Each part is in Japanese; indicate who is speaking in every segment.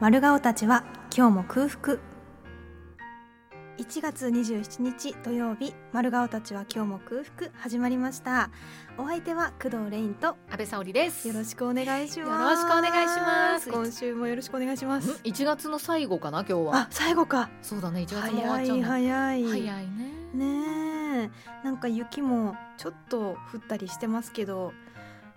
Speaker 1: 丸顔たちは今日も空腹1月27日土曜日丸顔たちは今日も空腹始まりましたお相手は工藤レインと
Speaker 2: 安倍沙織です。
Speaker 1: よろしくお願いします
Speaker 2: よろしくお願いします
Speaker 1: 今週もよろしくお願いします
Speaker 2: ん1月の最後かな今日は
Speaker 1: あ最後か
Speaker 2: そうだね1月も終わ
Speaker 1: 早
Speaker 2: っちゃう
Speaker 1: い
Speaker 2: の
Speaker 1: 早い
Speaker 2: 早いね
Speaker 1: ねえなんか雪もちょっと降ったりしてますけど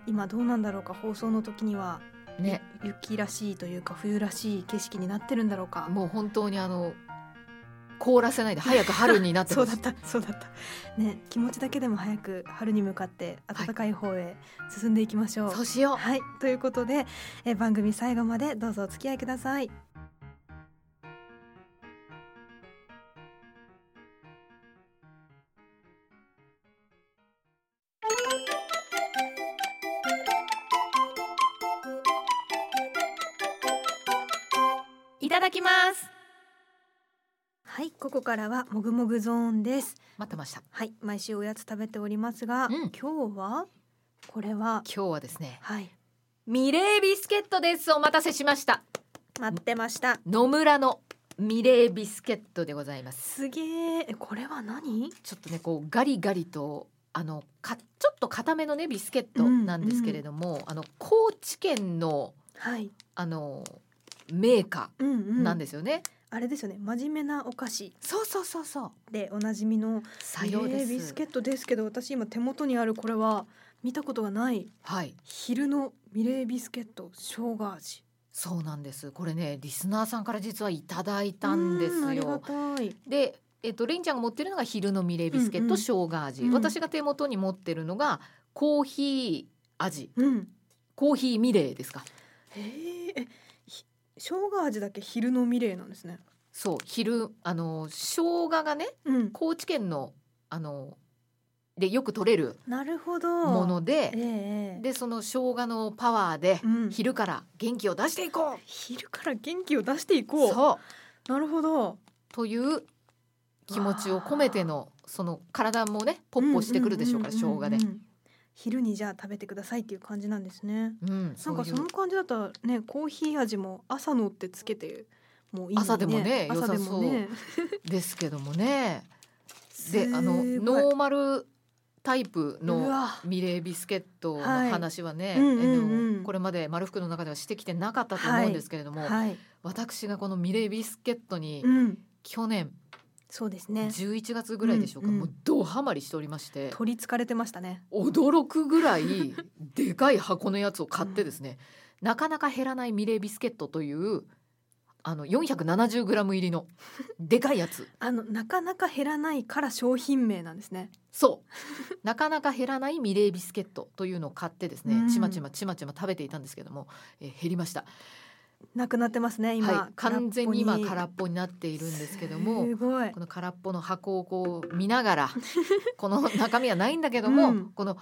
Speaker 1: 今どうなんだろうか放送の時には
Speaker 2: ね
Speaker 1: ゆ雪らしいというか冬らしい景色になってるんだろうか
Speaker 2: もう本当にあの凍らせないで早く春にな って
Speaker 1: そ
Speaker 2: ほ
Speaker 1: う
Speaker 2: し
Speaker 1: だ
Speaker 2: い
Speaker 1: った そうだったね気持ちだけでも早く春に向かって暖かい方へ進んでいきましょう、
Speaker 2: そうしよう
Speaker 1: はいということでえ番組最後までどうぞお付き合いください
Speaker 2: いただきます
Speaker 1: はいここからはもぐもぐゾーンです
Speaker 2: 待ってました
Speaker 1: はい毎週おやつ食べておりますが、
Speaker 2: うん
Speaker 1: 今日はこれは
Speaker 2: 今日はですね
Speaker 1: はい
Speaker 2: ミレービスケットですお待たせしました
Speaker 1: 待ってました
Speaker 2: 野村のミレービスケットでございます
Speaker 1: すげーえこれは何
Speaker 2: ちょっとねこうガリガリとあのかちょっと固めのねビスケットなんですけれども、あの高知県の
Speaker 1: はい
Speaker 2: あのメーカ
Speaker 1: うんう
Speaker 2: ー
Speaker 1: ん
Speaker 2: なんですよね、
Speaker 1: あれですよね真面目なお菓子
Speaker 2: そうそうそうそう
Speaker 1: でおなじみの
Speaker 2: さよう
Speaker 1: ミレ
Speaker 2: で
Speaker 1: ー
Speaker 2: す。
Speaker 1: ビスケットですけど私今手元にあるこれは見たことがない
Speaker 2: はい、
Speaker 1: 昼のミレービスケット生姜味
Speaker 2: そうなんです。これね、リスナーさんから実はいただいたんです
Speaker 1: うありが
Speaker 2: よ。
Speaker 1: たい
Speaker 2: で、えっとレインちゃんが持ってるのが昼のミレービスケッ
Speaker 1: うんう
Speaker 2: ト
Speaker 1: ん
Speaker 2: 生姜味、
Speaker 1: うん
Speaker 2: 私が手元に持ってるのがコーヒー味、
Speaker 1: うん
Speaker 2: コーヒーミレーですか。
Speaker 1: へーえひ生姜味だけ昼のミレーなんですね
Speaker 2: そう、昼あの生姜がね、
Speaker 1: うん
Speaker 2: 高知県のあのでよく取れる
Speaker 1: なるほど
Speaker 2: もの
Speaker 1: ええ
Speaker 2: で、
Speaker 1: ええ
Speaker 2: でその生姜のパワーで、
Speaker 1: うん
Speaker 2: 昼から元気を出していこう。
Speaker 1: 昼から元気を出していこう
Speaker 2: そう。
Speaker 1: なるほど
Speaker 2: という気持ちを込めてのその体もねポッポしてくるでしょうから
Speaker 1: ん
Speaker 2: 生
Speaker 1: んんん
Speaker 2: 姜で
Speaker 1: う。ん昼にじゃあ食べてくださいっていう感じなんですね
Speaker 2: うん、
Speaker 1: なんか
Speaker 2: うい
Speaker 1: そうの感じだったらねコーヒー味も朝のってつけてもういいのに
Speaker 2: 朝でもね
Speaker 1: 朝でもね
Speaker 2: ですけどもねであの
Speaker 1: すごい
Speaker 2: ノーマルタイプ
Speaker 1: う
Speaker 2: の
Speaker 1: わ
Speaker 2: ミレービスケットの
Speaker 1: はい
Speaker 2: 話はね、
Speaker 1: うんうんうん
Speaker 2: あのこれまで「丸福」の中ではしてきてなかったと思うんですけれども、
Speaker 1: はい、
Speaker 2: 私がこのミレービスケットに
Speaker 1: うん、
Speaker 2: 去年
Speaker 1: そうですね
Speaker 2: 11月ぐらいでしょうか、
Speaker 1: うんうん
Speaker 2: もうドハマりしておりまして
Speaker 1: 取りつかれてましたね
Speaker 2: 驚くぐらいでかい箱のやつを買ってですね、なかなか減らないミレービスケットというあの 470g 入りのでかいやつ
Speaker 1: あのなかなか減らないから商品名なんですね
Speaker 2: そうなかなか減らないミレービスケットというのを買ってですね、
Speaker 1: うん
Speaker 2: ちまちまちまちま食べていたんですけども、えー減りました、
Speaker 1: なくなってますね今、
Speaker 2: はい、完全に今空
Speaker 1: っ
Speaker 2: っぽになっているんですけども
Speaker 1: すごい
Speaker 2: この空っぽの箱をこう見な がらこの中身はないんだけども、
Speaker 1: うん
Speaker 2: この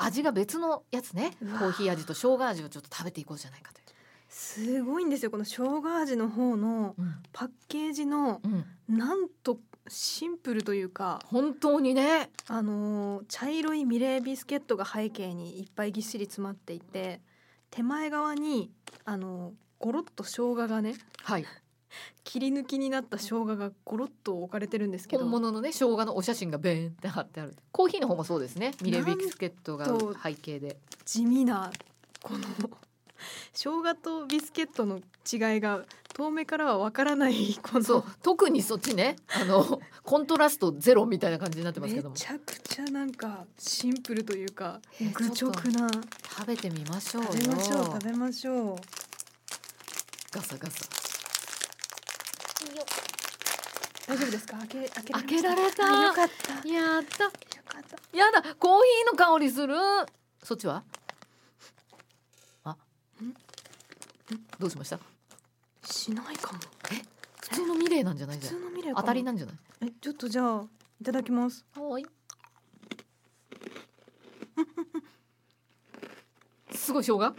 Speaker 2: 味が別のやつね
Speaker 1: うわ
Speaker 2: コーヒー味と生姜味をちょっと食べていこうじゃないかとい
Speaker 1: すごいんですよこの生姜味の方の
Speaker 2: う。
Speaker 1: パッケージの
Speaker 2: うん
Speaker 1: なんとシンプルというか
Speaker 2: 本当にね
Speaker 1: あのー茶色いミレービスケットが背景にいっぱいぎっしり詰まっていて手前側にあのーゴロッと生姜がね
Speaker 2: はい
Speaker 1: 切り抜きになった生姜がゴロッと置かれてるんですけど
Speaker 2: 本物のね生姜のお写真がベーンって貼ってあるコーヒーの方もそうですねミレービスケットが
Speaker 1: なんと
Speaker 2: 背景で
Speaker 1: 地味なこの 生姜とビスケットの違いが遠目からはわからないこ
Speaker 2: そ
Speaker 1: の
Speaker 2: う特にそっちねあ のコントラストゼロみたいな感じになってますけ
Speaker 1: め
Speaker 2: ども
Speaker 1: ちゃくちゃなんかシンプルというか
Speaker 2: えー
Speaker 1: 愚直な
Speaker 2: 食べてみましょうよ
Speaker 1: 食べましょう食べましょう
Speaker 2: ガサガサ
Speaker 1: 大丈夫ですか開け開けられました
Speaker 2: 開けられた
Speaker 1: あよかったよ
Speaker 2: やった
Speaker 1: かった
Speaker 2: やだコーヒーの香りするそっちはあどうしました
Speaker 1: しないかも
Speaker 2: 普通のミレーなんじゃない
Speaker 1: 普
Speaker 2: じゃん
Speaker 1: 通のミレーかも
Speaker 2: 当たりなんじゃない
Speaker 1: えちょっとじゃあいただきます
Speaker 2: はい。 すごい生姜。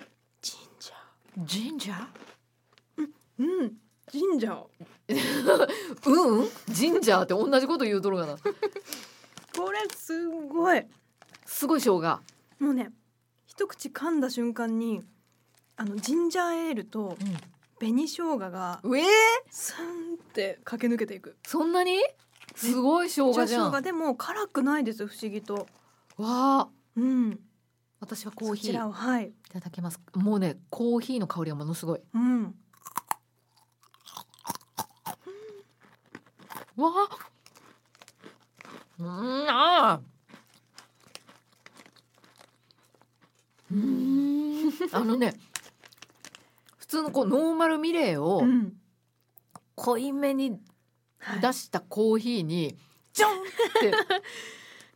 Speaker 1: ジンジャ
Speaker 2: ジンジャー。
Speaker 1: ーうんジンジャー
Speaker 2: うん、うん、ジンジャーって同じこと言うとるがな。
Speaker 1: これすごい
Speaker 2: すごい生姜。
Speaker 1: もうね一口噛んだ瞬間にあのジンジャーエールと紅生姜が
Speaker 2: うえー、
Speaker 1: スンって駆け抜けていく
Speaker 2: そんなにすごい
Speaker 1: じゃ
Speaker 2: 生姜
Speaker 1: あ
Speaker 2: じ
Speaker 1: 生
Speaker 2: ゃんわ
Speaker 1: 姜でも辛くないです不思議と
Speaker 2: あ
Speaker 1: うん
Speaker 2: 私はコーヒ
Speaker 1: そちら
Speaker 2: ーい
Speaker 1: をはい
Speaker 2: ただきますもうねコーヒーの香りはものすごい
Speaker 1: うん
Speaker 2: わあうーんあーうーんあのね普通のこうノーマルミレーを
Speaker 1: うん
Speaker 2: 濃いめに
Speaker 1: はい
Speaker 2: 出したコーヒーにジョンって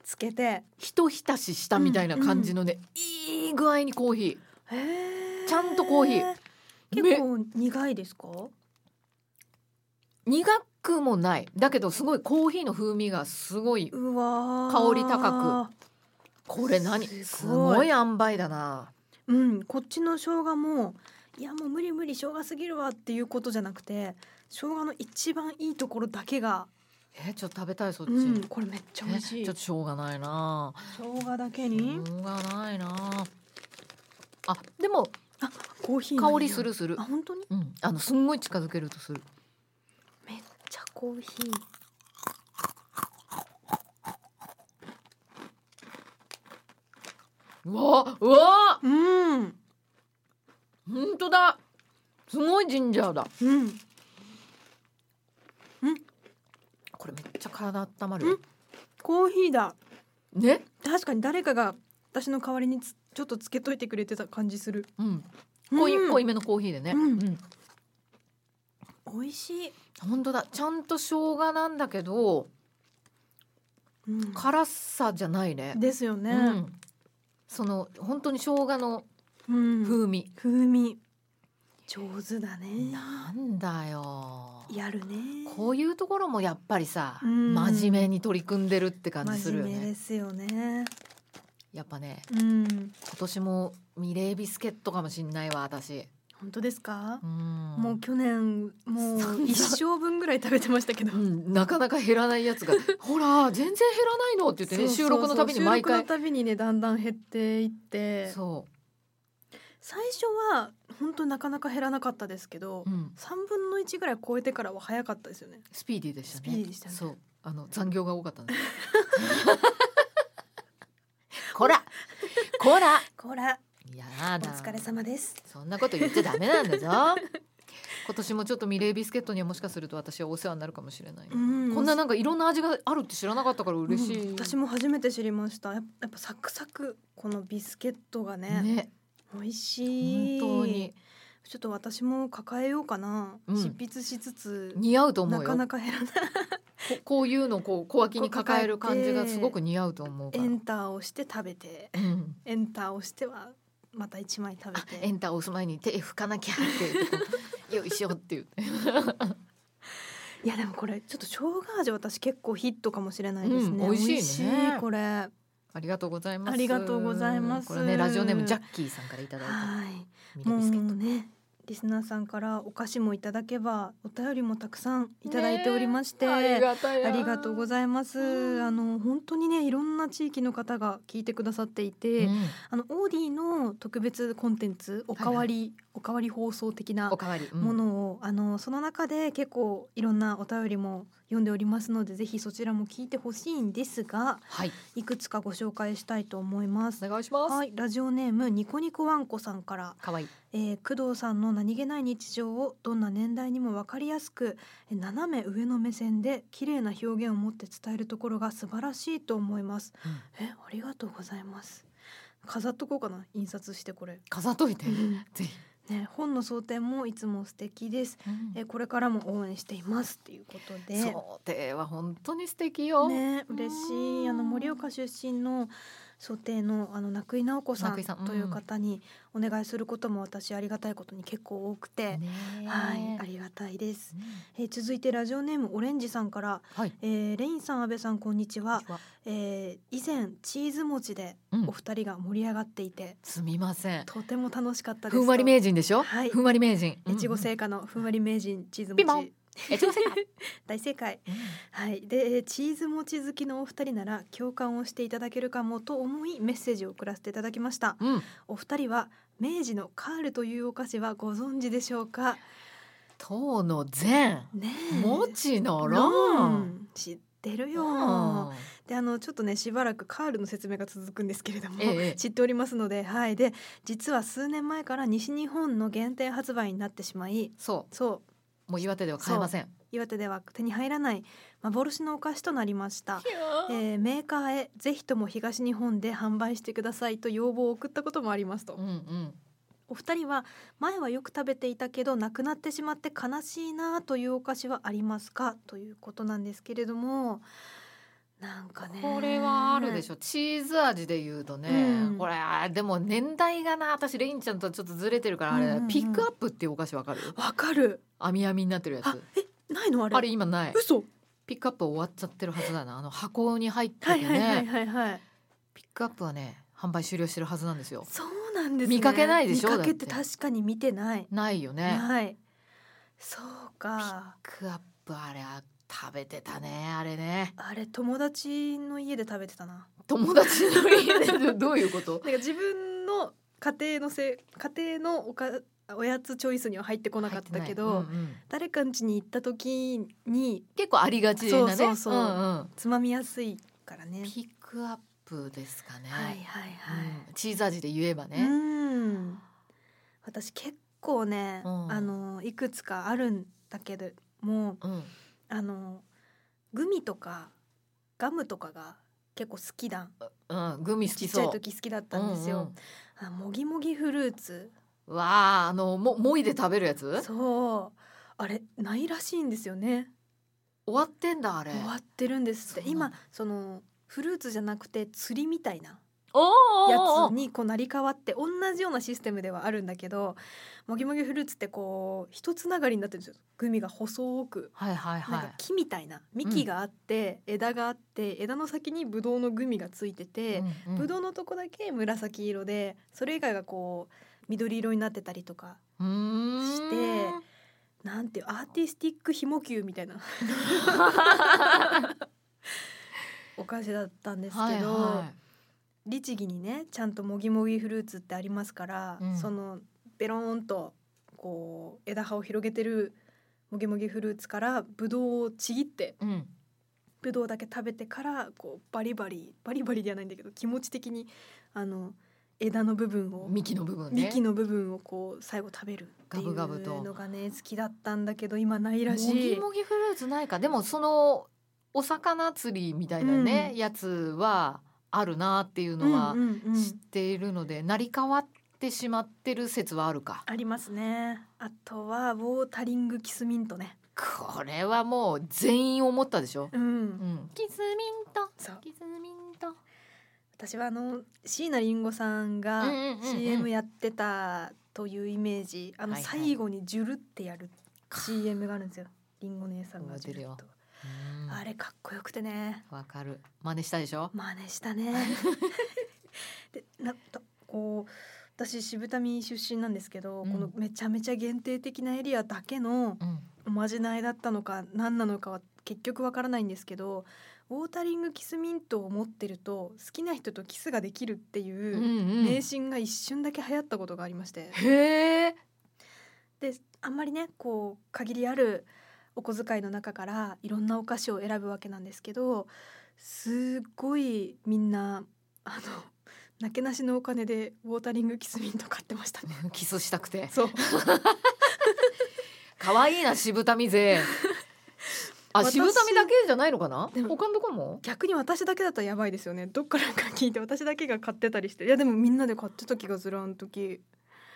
Speaker 1: つけて
Speaker 2: ひと浸ししたみたいな感じのね、いい具合にコーヒー
Speaker 1: へー
Speaker 2: ちゃんとコーヒー
Speaker 1: 結構苦いですか
Speaker 2: 苦くもないだけどすごいコーヒーの風味がすごいう
Speaker 1: わ
Speaker 2: 香り高
Speaker 1: く
Speaker 2: これ何
Speaker 1: すごい
Speaker 2: すごい塩梅だな
Speaker 1: うんこっちの生姜もいやもう無理無理生姜すぎるわっていうことじゃなくて生姜の一番いいところだけが
Speaker 2: えーちょっと食べたいそっち、
Speaker 1: うんこれめっちゃ美味し
Speaker 2: え
Speaker 1: い
Speaker 2: ちょっとしょうがないな
Speaker 1: 生姜だけ
Speaker 2: し
Speaker 1: に
Speaker 2: ょうがないなあでも
Speaker 1: あコーヒーの
Speaker 2: 香
Speaker 1: 匂
Speaker 2: り
Speaker 1: い
Speaker 2: するする
Speaker 1: あ本当に
Speaker 2: うんあのすんごい近づけるとする
Speaker 1: めっちゃコーヒー
Speaker 2: うわうわ
Speaker 1: うん
Speaker 2: 本当だすごいジンジャーだ
Speaker 1: うん
Speaker 2: これめっちゃ体温まるよ
Speaker 1: コーヒーだ
Speaker 2: ね
Speaker 1: 確かに誰かが私の代わりにつちょっとつけといてくれてた感じする
Speaker 2: うん濃い、
Speaker 1: うん
Speaker 2: 濃いめのコーヒーでね、
Speaker 1: うん
Speaker 2: うん、
Speaker 1: 美味しい、
Speaker 2: 本当だちゃんと生姜なんだけど
Speaker 1: うん
Speaker 2: 辛さじゃないね
Speaker 1: ですよ
Speaker 2: う
Speaker 1: ね、
Speaker 2: ん、その本当に生姜の
Speaker 1: うん
Speaker 2: 風味、
Speaker 1: 風味上手だね
Speaker 2: なんだよ
Speaker 1: やるね
Speaker 2: こういうところもやっぱりさ、
Speaker 1: うん
Speaker 2: 真面目に取り組んでるって感じす
Speaker 1: 真
Speaker 2: るよ
Speaker 1: 面目
Speaker 2: ね
Speaker 1: ですよね
Speaker 2: やっぱね
Speaker 1: うん
Speaker 2: 今年もミレービスケットかもしんないわ私
Speaker 1: 本当ですか
Speaker 2: う、ん
Speaker 1: もう去年も
Speaker 2: そん
Speaker 1: う
Speaker 2: な
Speaker 1: 一生分ぐらい食べてましたけど
Speaker 2: うんなかなか減らない やつが「ほら全然減らないの」って言ってね
Speaker 1: そうそう
Speaker 2: 収録のたびに毎
Speaker 1: 収
Speaker 2: 回
Speaker 1: 録のたびにねだんだん減っていって
Speaker 2: そ
Speaker 1: 最初は本当なかなか減らなかったですけど、
Speaker 2: う、うん、
Speaker 1: 3分の1ぐらい超えてからは早かったですよね
Speaker 2: スピーディーでしたね
Speaker 1: スピーディーでしたね
Speaker 2: そうあの残業が多かった んですこら こら
Speaker 1: こら
Speaker 2: や
Speaker 1: お
Speaker 2: だ
Speaker 1: 疲れ様です
Speaker 2: そんなこと言っちゃダメなんだぞ。今年もちょっとミレービスケットにはもしかすると私はお世話になるかもしれない。
Speaker 1: ん
Speaker 2: こんななんかいろんな味があるって知らなかったから嬉しい。
Speaker 1: うん私も初めて知りましたやっぱやっぱサクサクこのビスケットがね
Speaker 2: ね、
Speaker 1: 美味しい
Speaker 2: 本当に
Speaker 1: ちょっと私も抱えようかな、
Speaker 2: うん
Speaker 1: 執筆しつつ
Speaker 2: 似合うと思
Speaker 1: な
Speaker 2: う
Speaker 1: か
Speaker 2: よ。
Speaker 1: なか減らない
Speaker 2: ここういうのをこう小脇に抱える感じがすごく似合うと思うか
Speaker 1: エ
Speaker 2: ら。
Speaker 1: ンターを押して食べて
Speaker 2: うん
Speaker 1: エンターを押してはまた一枚食べ
Speaker 2: あエ
Speaker 1: て
Speaker 2: ンター押す前に手拭かなきゃっていうよいしょっていう
Speaker 1: いやでもこれちょっと生姜味私結構ヒットかもしれないですね、
Speaker 2: うん美味しいね
Speaker 1: 美味しいこれ
Speaker 2: ありがとうございます
Speaker 1: ありがとうございます
Speaker 2: これねラジオネームジャッキーさんからいただいた
Speaker 1: はい
Speaker 2: ミレ
Speaker 1: もう
Speaker 2: ービスケット
Speaker 1: ねリスナーさんからお菓子もいただけばお便りもたくさんいただいておりまして、
Speaker 2: ねありがたい
Speaker 1: ありがとうご
Speaker 2: い
Speaker 1: ざいます、
Speaker 2: うん
Speaker 1: あの本当にねいろんな地域の方が聞いてくださっていて、あのオーディの特別コンテンツおかわり、おかわり放送的な
Speaker 2: おかわり、うん
Speaker 1: ものを、あのその中で結構いろんなお便りも読んでおりますのでぜひそちらも聞いてほしいんですが
Speaker 2: はい
Speaker 1: いくつかご紹介したいと思います
Speaker 2: お願いします
Speaker 1: はいラジオネームニコニコわんこさんから、
Speaker 2: 可愛い
Speaker 1: えー工藤さんの何気ない日常をどんな年代にも分かりやすくえー斜め上の目線で綺麗な表現を持って伝えるところが素晴らしいと思います
Speaker 2: うん
Speaker 1: えありがとうございます飾っとこうかな印刷して これ
Speaker 2: 飾っといてぜひ、
Speaker 1: ね本の争点もいつも素敵ですえこれからも応援していますっていうことで
Speaker 2: 想定は本当に素敵よ、
Speaker 1: ね嬉しいあの盛岡出身の想定のあの中井直子さ
Speaker 2: 中
Speaker 1: ん
Speaker 2: 井さんうん
Speaker 1: という方にお願いすることも私ありがたいことに結構多くて、
Speaker 2: ね
Speaker 1: はいありがたいです、
Speaker 2: うん
Speaker 1: えー続いてラジオネームオレンジさんから、
Speaker 2: はい
Speaker 1: えーレインさん安倍さんこんにちは、
Speaker 2: こんにちは
Speaker 1: えー以前チーズ餅で
Speaker 2: うん
Speaker 1: お二人が盛り上がっていて、
Speaker 2: すみません
Speaker 1: とても楽しかったです
Speaker 2: ふんわり名人でしょ、
Speaker 1: はい
Speaker 2: ふんわり名人
Speaker 1: 越後製菓のふんわり名人チーズ
Speaker 2: ピンポン
Speaker 1: 餅
Speaker 2: えちご せいか
Speaker 1: 大正解はい、でえーチーズ餅好きのお二人なら共感をしていただけるかもと思いメッセージを送らせていただきました
Speaker 2: うん
Speaker 1: お二人は明治のカールというお菓子はご存知でしょうか
Speaker 2: 唐の善
Speaker 1: ねえ
Speaker 2: もちの
Speaker 1: ロ
Speaker 2: ロン。
Speaker 1: ン知ってるよ、
Speaker 2: うん
Speaker 1: であのちょっとねしばらくカールの説明が続くんですけれども、
Speaker 2: ええ
Speaker 1: 知っておりますのではいで実は数年前から西日本の限定発売になってしまい
Speaker 2: そ
Speaker 1: そう
Speaker 2: う、もう岩手では買えません。
Speaker 1: 岩手では手に入らない幻のお菓子となりました、えーメーカーへぜひとも東日本で販売してくださいと要望を送ったこともありますと、
Speaker 2: うんうん。
Speaker 1: お二人は前はよく食べていたけどなくなってしまって悲しいなというお菓子はありますかということなんですけれどもなんかね
Speaker 2: これはあるでし
Speaker 1: ょ
Speaker 2: ょチーズ味で言うとね、
Speaker 1: うん
Speaker 2: これあーでも年代がな私レインちゃんとはちょっとずれてるからあれ、
Speaker 1: うんうんうん
Speaker 2: ピックアップっていうお菓子わかる
Speaker 1: わかる
Speaker 2: 網みになってるや
Speaker 1: あ
Speaker 2: つ
Speaker 1: えないのあれ
Speaker 2: あれ今ない
Speaker 1: 嘘
Speaker 2: ピックアップは終わっちゃってるはずだなあの箱に入ってて
Speaker 1: は
Speaker 2: ね、
Speaker 1: いはいはいはいはい
Speaker 2: ピックアップはね販売終了してるはずなんですよ
Speaker 1: そうなんですね
Speaker 2: 見かけないでしょ
Speaker 1: 見かけて
Speaker 2: だって
Speaker 1: 確かに見てない
Speaker 2: ないよね
Speaker 1: ないそうか
Speaker 2: ピックアップあれあ食べてたねあれね
Speaker 1: あれ友達の家で食べてたな
Speaker 2: 友達の 家でどういうこと
Speaker 1: なんか自分の家庭のせ家庭のおかおやつチョイスには入ってこなかったけど、
Speaker 2: 入ってないうんうん
Speaker 1: 誰かん家に行った時に
Speaker 2: 結構ありがち
Speaker 1: そ
Speaker 2: なね
Speaker 1: うそうそうん
Speaker 2: うん
Speaker 1: つまみやすいからね。
Speaker 2: ピックアップですかね、
Speaker 1: はいはいはい。
Speaker 2: うんチーズ味で言えば
Speaker 1: う
Speaker 2: ね、
Speaker 1: ん。私結構ね、
Speaker 2: うん
Speaker 1: あのいくつかあるんだけども
Speaker 2: うん
Speaker 1: あのグミとかガムとかが結構好きだ
Speaker 2: うんグミ好
Speaker 1: ち
Speaker 2: き
Speaker 1: っちゃ
Speaker 2: そ
Speaker 1: いう時好きだったんですよ。
Speaker 2: うん
Speaker 1: あもぎもぎフルーツ
Speaker 2: うんわああのももいで食べるやつ
Speaker 1: そうあれないらしいんですよね。
Speaker 2: 終わってんだあれ
Speaker 1: 終わってるんですって
Speaker 2: そうなん
Speaker 1: 今
Speaker 2: だ
Speaker 1: そのフルーツじゃなくて釣りみたいな。
Speaker 2: おー
Speaker 1: や
Speaker 2: おーお
Speaker 1: つ
Speaker 2: ー
Speaker 1: にこう成り変わって同じようなシステムではあるんだけどもぎもぎフルーツってこう一つながりになってるんですよグミが細く。
Speaker 2: はいはい
Speaker 1: なん
Speaker 2: は
Speaker 1: か木みたいな幹があって、枝があって枝の先にブドウのグミがついて
Speaker 2: い
Speaker 1: て、
Speaker 2: うんうん
Speaker 1: ブドウのとこだけ紫色でそれ以外がこう緑色になってたりとか
Speaker 2: うーん
Speaker 1: してなんていうアーティスティックひも球みたい なお菓子だったんですけど、
Speaker 2: はいはい
Speaker 1: 律儀にねちゃんともぎもぎフルーツってありますから、
Speaker 2: うん
Speaker 1: そのベローンとこう枝葉を広げてるもぎもぎフルーツからぶどうをちぎって
Speaker 2: うん
Speaker 1: ぶどうだけ食べてからこうバリバリバリバリじゃないんだけど気持ち的にあの枝の部分を
Speaker 2: 幹の部分ね
Speaker 1: 幹の部分をこう最後食べるってい
Speaker 2: ガブガブと
Speaker 1: うのがね好きだったんだけど今ないらし
Speaker 2: もぎ
Speaker 1: い。
Speaker 2: もぎフルーツないかでもそのお魚釣りみたいなね、
Speaker 1: うん
Speaker 2: やつはあるなっていうのは
Speaker 1: うんうんうん
Speaker 2: 知っているので、成り変わってしまってる説はあるか
Speaker 1: ありますね。あとはウォータリングキスミントね。
Speaker 2: これはもう全員思ったでしょ、
Speaker 1: うん
Speaker 2: う、ん、キスミント
Speaker 1: そう
Speaker 2: キスミント
Speaker 1: 私はあの椎名林檎さんが
Speaker 2: うんうんうんうん
Speaker 1: CM やってたというイメージ、あの
Speaker 2: はいはい
Speaker 1: 最後にジュルってやる CM があるんですよりんご姉さんがジュル
Speaker 2: 覚
Speaker 1: ッ
Speaker 2: えて
Speaker 1: とあれかっこよくてね
Speaker 2: わかる真似したでしょ
Speaker 1: 真似したね でなんかこう私渋谷出身なんですけど、
Speaker 2: うん
Speaker 1: このめちゃめちゃ限定的なエリアだけの
Speaker 2: うん
Speaker 1: おまじないだったのか何なのかは結局わからないんですけどウォータリングキスミントを持ってると好きな人とキスができるっていうう、
Speaker 2: んうん
Speaker 1: 迷信が一瞬だけ流行ったことがありまして
Speaker 2: へえ
Speaker 1: であんまりねこう限りあるお小遣いの中からいろんなお菓子を選ぶわけなんですけどすっごいみんなあのなけなしのお金でウォータリングキスミント買ってましたね。
Speaker 2: キスしたくて
Speaker 1: そう
Speaker 2: 可愛いな渋谷勢あ
Speaker 1: 私
Speaker 2: 渋谷だけじゃないのかな
Speaker 1: でも
Speaker 2: 他のとこも
Speaker 1: 逆に私だけだったらやばいですよねどっからか聞いて私だけが買ってたりしていやでもみんなで買ってた気がするあの時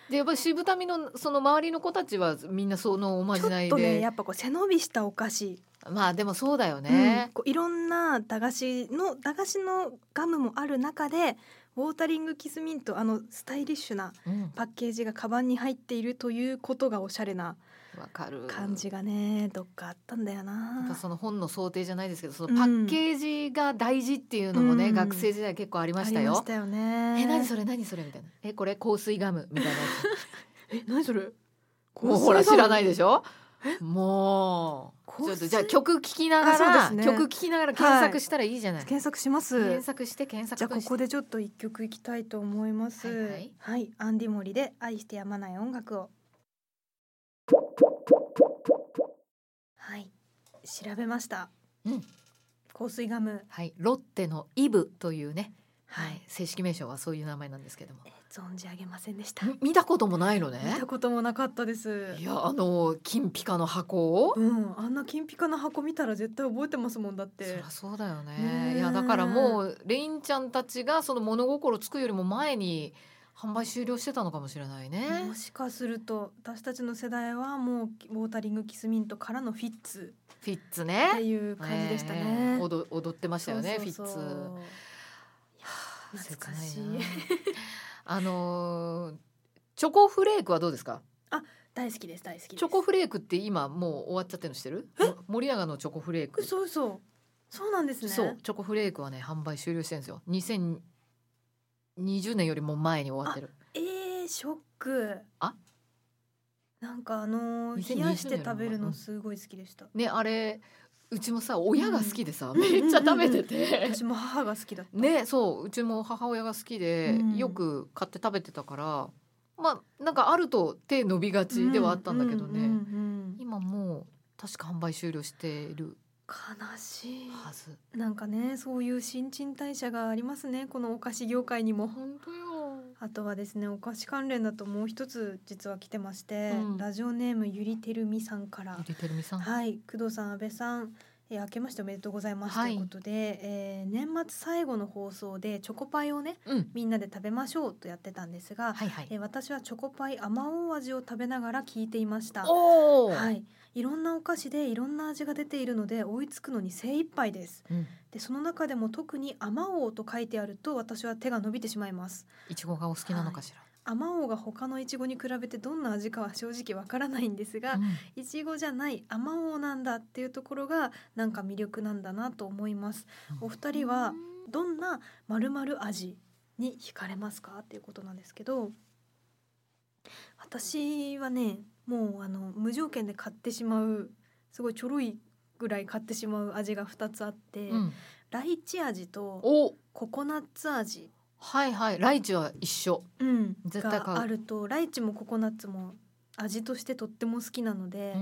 Speaker 2: でやっぱり渋谷のその周りの子たちはみんなそのおま
Speaker 1: ちょ
Speaker 2: じな
Speaker 1: っ
Speaker 2: い
Speaker 1: と
Speaker 2: で、
Speaker 1: ねやっぱこう背伸びしたお菓子
Speaker 2: まあでもそうだよね
Speaker 1: うん、、こういろんな駄菓子の駄菓子のガムもある中でウォータリングキスミントあのスタイリッシュな
Speaker 2: うん
Speaker 1: パッケージがカバンに入っているということがおしゃれな
Speaker 2: わかる
Speaker 1: 感じがねどっかあったんだよ
Speaker 2: やっぱ
Speaker 1: な。
Speaker 2: その本の想定じゃないですけどそ
Speaker 1: うん
Speaker 2: のパッケージが大事っていうのもね、
Speaker 1: うん
Speaker 2: 学生時代結構ありましたよ。
Speaker 1: よね。
Speaker 2: え何そ
Speaker 1: れ？
Speaker 2: れ何それみたいなえこれ香水ガムみたいなや
Speaker 1: え何それ？
Speaker 2: つもうほら知らない
Speaker 1: で。
Speaker 2: でしょもう
Speaker 1: 香
Speaker 2: ちょ
Speaker 1: 水
Speaker 2: っとじゃあ曲聴きなが
Speaker 1: あ
Speaker 2: ら、
Speaker 1: そうですね
Speaker 2: 曲聴きながら検索したらいいじゃない、
Speaker 1: 検索します。
Speaker 2: 検索して検索
Speaker 1: じゃあこ
Speaker 2: して
Speaker 1: こでちょっと一曲いきたいと思います。
Speaker 2: はいはい
Speaker 1: アンディモリで愛してやまない音楽を。はい調べました、
Speaker 2: うん
Speaker 1: 香水ガム
Speaker 2: はい、ロッテのイブというね、
Speaker 1: はい、
Speaker 2: 正式名称はそういう名前なんですけども
Speaker 1: えー存じ上げませんでした
Speaker 2: み見たこともないのね
Speaker 1: 見たこともなかったです
Speaker 2: いやあの金ピカの箱を、
Speaker 1: うんあんな金ピカな箱見たら絶対覚えてますもんだっ
Speaker 2: そり
Speaker 1: て
Speaker 2: ゃそうだよ
Speaker 1: ね
Speaker 2: ね
Speaker 1: え
Speaker 2: いやだからもうレインちゃんたちがその物心つくよりも前に販売終了してたのかもしれないね
Speaker 1: もしかすると私たちの世代はもうウォータリングキスミントからのフィッツ
Speaker 2: フィッツ
Speaker 1: って
Speaker 2: ね
Speaker 1: いう感じでしたね。
Speaker 2: え踊踊ってましたよね
Speaker 1: そうそうそう
Speaker 2: フィッツ
Speaker 1: いや懐かしい
Speaker 2: 切ないな あのーチョコフレークはどうですか
Speaker 1: 大好きです大好きです
Speaker 2: チョコフレークって今もう終わっちゃってるのしてるも森永のチョコフレーク
Speaker 1: 嘘嘘そうなんですね
Speaker 2: そうチョコフレークはね販売終了してるんですよ2020年よりも前に終わってる
Speaker 1: えー、ショック
Speaker 2: あ
Speaker 1: なんかあのー
Speaker 2: 2020
Speaker 1: 冷やして食べる
Speaker 2: う
Speaker 1: の
Speaker 2: ん
Speaker 1: すごい好きでした
Speaker 2: ねあれうちもさ親が好きでさ、めっちゃ食べてて、
Speaker 1: 私も母が好きだった
Speaker 2: ねそううちも母親が好きで、
Speaker 1: うん
Speaker 2: よく買って食べてたからまあなんかあると手伸びがちではあったんだけどね、
Speaker 1: うんうんうん
Speaker 2: 今もう確か販売終了してる
Speaker 1: 悲しい
Speaker 2: はず
Speaker 1: なんかねそういう新陳代謝がありますねこのお菓子業界にも
Speaker 2: 本当よ
Speaker 1: あとはですねお菓子関連だともう一つ実は来てまして、
Speaker 2: うん
Speaker 1: ラジオネームゆりてるみさんから
Speaker 2: ゆりてるみさん
Speaker 1: はい工藤さん安倍さん、えー、明けましておめでとうございます、
Speaker 2: はい
Speaker 1: ということで、えー年末最後の放送でチョコパイをね
Speaker 2: うん
Speaker 1: みんなで食べましょうとやってたんですが、
Speaker 2: はいはい
Speaker 1: えー私はチョコパイ甘おう味を食べながら聞いていました
Speaker 2: おお、
Speaker 1: はいいろんなお菓子でいろんな味が出ているので追いつくのに精一杯です
Speaker 2: うん
Speaker 1: でその中でも特に甘おうと書いてあると私は手が伸びてしまいます
Speaker 2: いちごがお好きなのかし
Speaker 1: 甘おうが他のいちごに比べてどんな味かは正直わからないんです
Speaker 2: ら、
Speaker 1: が、
Speaker 2: うん
Speaker 1: いちごじゃない甘おうなんだっていうところがなんか魅力なんだなと思います
Speaker 2: うん
Speaker 1: お二人はどんなまるまる味に惹かれますかっていうことなんですけど私はねもうあの無条件で買ってしまうすごいちょろいぐらい買ってしまう味が2つあって、
Speaker 2: うん、
Speaker 1: ライチ味と
Speaker 2: お
Speaker 1: ココナッツ味、
Speaker 2: はいはいライチは一緒
Speaker 1: うん、
Speaker 2: 絶対買う
Speaker 1: があるとライチもココナッツも味としてとっても好きなので、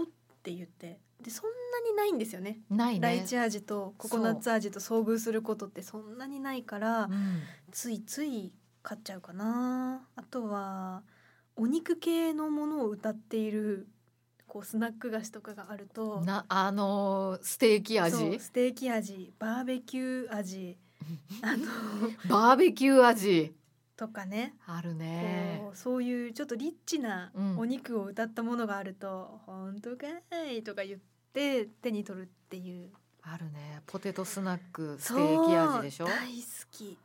Speaker 1: って言ってでそんなにないんですよね
Speaker 2: ないね。
Speaker 1: ライチ味とココナッツ味と遭遇することってそんなにないから、
Speaker 2: うん
Speaker 1: ついつい買っちゃうかなあとはお肉系のものを歌っているこうスナック菓子とかがあると
Speaker 2: なあのーステーキ
Speaker 1: そう
Speaker 2: 味、
Speaker 1: ステーキ味バーベキュー味あの
Speaker 2: バーベキュー味
Speaker 1: とかね
Speaker 2: ある
Speaker 1: こ
Speaker 2: ね。
Speaker 1: うそういうちょっとリッチな
Speaker 2: うん
Speaker 1: お肉を歌ったものがあると「本当かい」とか言って手に取るっていう
Speaker 2: あるね。ポテトスナックステーキ味でしょ
Speaker 1: そう。大好き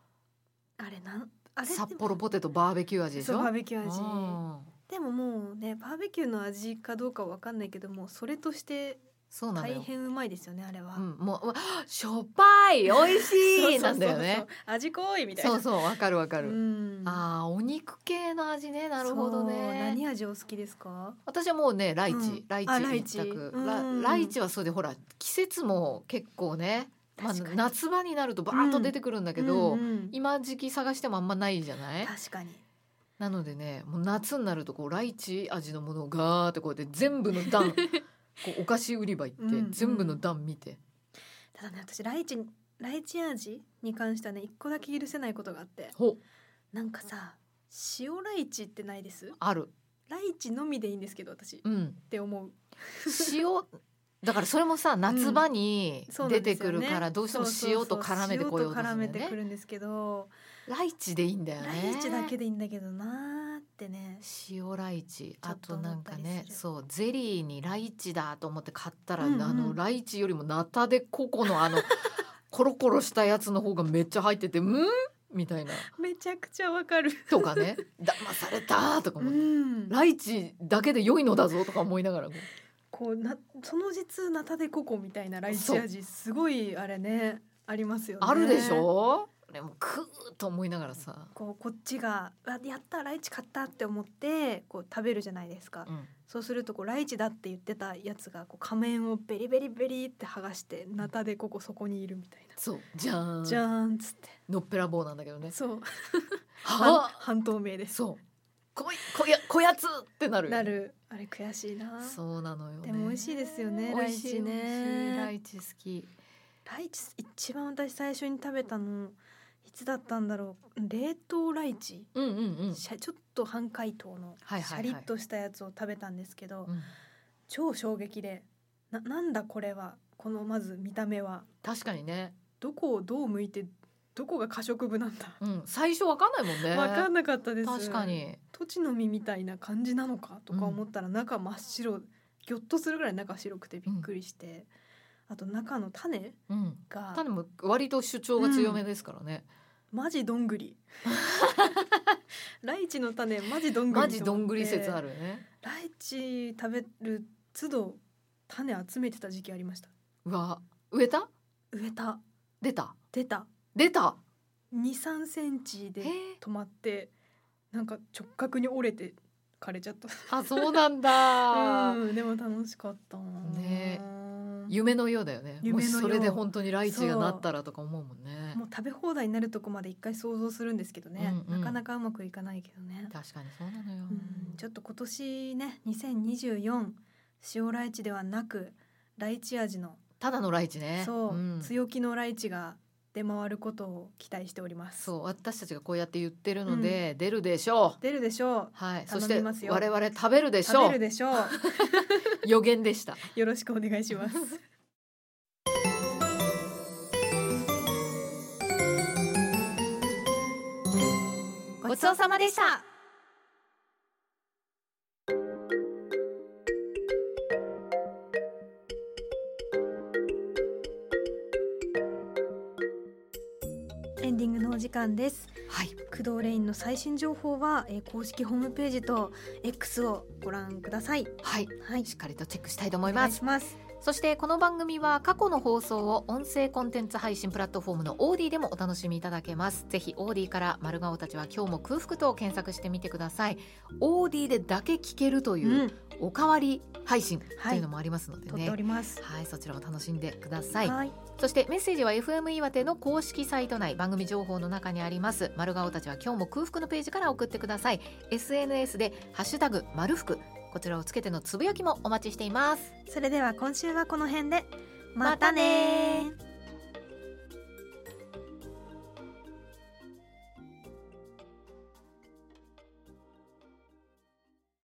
Speaker 1: あれなんあれ
Speaker 2: 札幌ポテトバーベキュー味
Speaker 1: で
Speaker 2: で
Speaker 1: も
Speaker 2: しょ。
Speaker 1: そうバー
Speaker 2: ベ
Speaker 1: ベキュー味でももうねバーベキューの味かどうかは分かんないけどもそれとして
Speaker 2: そうなの
Speaker 1: 大
Speaker 2: よ。
Speaker 1: 変うまいですよねあれは、
Speaker 2: うんもううわしょっ ぱい美味し
Speaker 1: そうそうそう
Speaker 2: いなんだよね
Speaker 1: そう。味濃いみたいな
Speaker 2: そうそうわかるわか
Speaker 1: う
Speaker 2: る。
Speaker 1: ん
Speaker 2: ああお肉系の味ねなるほ
Speaker 1: そ
Speaker 2: ど
Speaker 1: う
Speaker 2: ね。
Speaker 1: 何味お好きですか
Speaker 2: 私はもうねライチ、
Speaker 1: うん
Speaker 2: ライ
Speaker 1: あラ
Speaker 2: チ
Speaker 1: イ
Speaker 2: 一
Speaker 1: チ
Speaker 2: 択。
Speaker 1: うん
Speaker 2: ラライチはそうでほら季節も結構ね。まあ、
Speaker 1: 確かに
Speaker 2: 夏場になるとバーッと出てくるんだけど、
Speaker 1: うんうん
Speaker 2: 今時期探してもあんまないじゃない
Speaker 1: 確かに
Speaker 2: なのでねもう夏になるとこうライチ味のものをガーってこうやって全部の 段こうお菓子売り場行って、
Speaker 1: うんうん
Speaker 2: 全部の段見て
Speaker 1: ただね私ライチライチ味に関してはね一個だけ許せないことがあって
Speaker 2: ほ
Speaker 1: なんかさ塩ライチってないです
Speaker 2: ある、
Speaker 1: ライチのみでいいんですけど私っ
Speaker 2: うん、
Speaker 1: て思う
Speaker 2: 塩だからそれもさ夏場に
Speaker 1: そうな
Speaker 2: 出
Speaker 1: んで
Speaker 2: て
Speaker 1: すよ
Speaker 2: く
Speaker 1: ね
Speaker 2: るからどうしても塩と絡めてこようとするんだ
Speaker 1: 塩と絡めて
Speaker 2: よ
Speaker 1: く
Speaker 2: ね
Speaker 1: るんですけど、
Speaker 2: ライチでいいんだよね
Speaker 1: ライチだけでいいんだけどなーってね
Speaker 2: 塩ライチ
Speaker 1: ちょ
Speaker 2: あ
Speaker 1: っと
Speaker 2: と
Speaker 1: 思った
Speaker 2: な
Speaker 1: り
Speaker 2: んかね
Speaker 1: する
Speaker 2: そうゼリーにライチだと思って買ったら、
Speaker 1: うんうん
Speaker 2: あのライチよりもナタデココのあ のコロコロしたやつの方がめっちゃ入ってて「うん?」みたいな
Speaker 1: めちゃくちゃわかる
Speaker 2: とかね「騙された!」と か
Speaker 1: う
Speaker 2: 思って、
Speaker 1: ん
Speaker 2: ライチだけで良いのだぞ」とか思いながらこう
Speaker 1: こうなその実ナタデココみたいなライチ味すごいあれねありますよね
Speaker 2: あるでしょでもクーッと思いながらさ、
Speaker 1: こうこっちが「あやったライチ買った」って思ってこう食べるじゃないですか、
Speaker 2: うん
Speaker 1: そうするとこうライチだって言ってたやつがこう仮面をベリベリベリって剥がしてナタデココそこにいるみたいな、
Speaker 2: そうじゃーん
Speaker 1: じゃーんっつって
Speaker 2: のっぺらぼうなんだけどね
Speaker 1: そう
Speaker 2: は
Speaker 1: 半半透明です
Speaker 2: そうこいこやこやつってなる
Speaker 1: なるあれ悔しいな
Speaker 2: そうなのよね
Speaker 1: でも美味しいですよね
Speaker 2: 美味し
Speaker 1: ラ
Speaker 2: い
Speaker 1: イチね
Speaker 2: 美味しいライチ好き
Speaker 1: ライチ一番私最初に食べたのいつだったんだろう冷凍ライチ、
Speaker 2: うんうんうん
Speaker 1: シャちょっと半解凍のシ
Speaker 2: はいはいはい
Speaker 1: ャリッとしたやつを食べたんですけど、
Speaker 2: うん
Speaker 1: 超衝撃でななんだこれはこのまず見た目は
Speaker 2: 確かにね、
Speaker 1: どこをどう向いてどこが過食部なんだ
Speaker 2: うん、最初わかんないもんね
Speaker 1: わかんなかったです
Speaker 2: 確かに
Speaker 1: 土地の実みたいな感じなのかとか思ったら中真っ白、ぎょっとするぐらい中白くてびっくりして、あと中の種
Speaker 2: うん
Speaker 1: が
Speaker 2: 種も割と主張が強めですからね、
Speaker 1: マジどんぐ りライチの種マジどんぐり
Speaker 2: マジどんぐり説あ
Speaker 1: る
Speaker 2: るね
Speaker 1: ライチ食べる都度種集めてた時期ありました
Speaker 2: うわ植えた
Speaker 1: 植えた
Speaker 2: 出た
Speaker 1: 出た
Speaker 2: 出た
Speaker 1: 23センチで
Speaker 2: へえ
Speaker 1: 止まってなんか直角に折れて枯れちゃった
Speaker 2: あそうなんだ、
Speaker 1: うんでも楽しかったな
Speaker 2: ね夢のようだよねも
Speaker 1: 夢
Speaker 2: し
Speaker 1: のよう
Speaker 2: それで本当にライチがなったらとか思うもんね
Speaker 1: もう食べ放題になるとこまで一回想像するんですけどね、
Speaker 2: うんうん
Speaker 1: なかなかうまくいかないけどね、
Speaker 2: 確かにそうなのよ、
Speaker 1: うん、ちょっと今年ね2024塩ライチではなくライチ味の
Speaker 2: ただのライチね
Speaker 1: そう、
Speaker 2: ん
Speaker 1: 強気のライチが出回ることを期待しております
Speaker 2: そう私たちがこうやって言ってるので、出るでしょう
Speaker 1: 出るでしょう
Speaker 2: はいそ
Speaker 1: 頼
Speaker 2: し
Speaker 1: み
Speaker 2: て
Speaker 1: ますよ
Speaker 2: 我々食べるでし
Speaker 1: 食
Speaker 2: ょ
Speaker 1: べる
Speaker 2: う
Speaker 1: でしょう
Speaker 2: 予言でした
Speaker 1: よろしくお願いし ます
Speaker 2: ごちそう
Speaker 1: さまでしたエンディングのお時間です
Speaker 2: はい
Speaker 1: 駆動レインの最新情報は、えー公式ホームページと X をご覧ください
Speaker 2: はい
Speaker 1: はい
Speaker 2: しっかりとチェックしたいと思います
Speaker 1: お願いします
Speaker 2: そしてこの番組は過去の放送を音声コンテンツ配信プラットフォームのオーディでもお楽しみいただけますぜひオーディから丸顔たちは今日も空腹と検索してみてくださいオーディでだけ聞けるという
Speaker 1: うん、
Speaker 2: おかわり配信というのもありますので
Speaker 1: 撮っ
Speaker 2: ね、
Speaker 1: てお
Speaker 2: はい
Speaker 1: ります
Speaker 2: そちらも楽しんでください
Speaker 1: はい
Speaker 2: そしてメッセージは FM 岩手の公式サイト内番組情報の中にあります丸顔たちは今日も空腹のページから送ってください SNS でハッシュタグ丸服こちらをつけてのつぶやきもお待ちしています
Speaker 1: それでは今週はこの辺で
Speaker 2: またね
Speaker 1: またね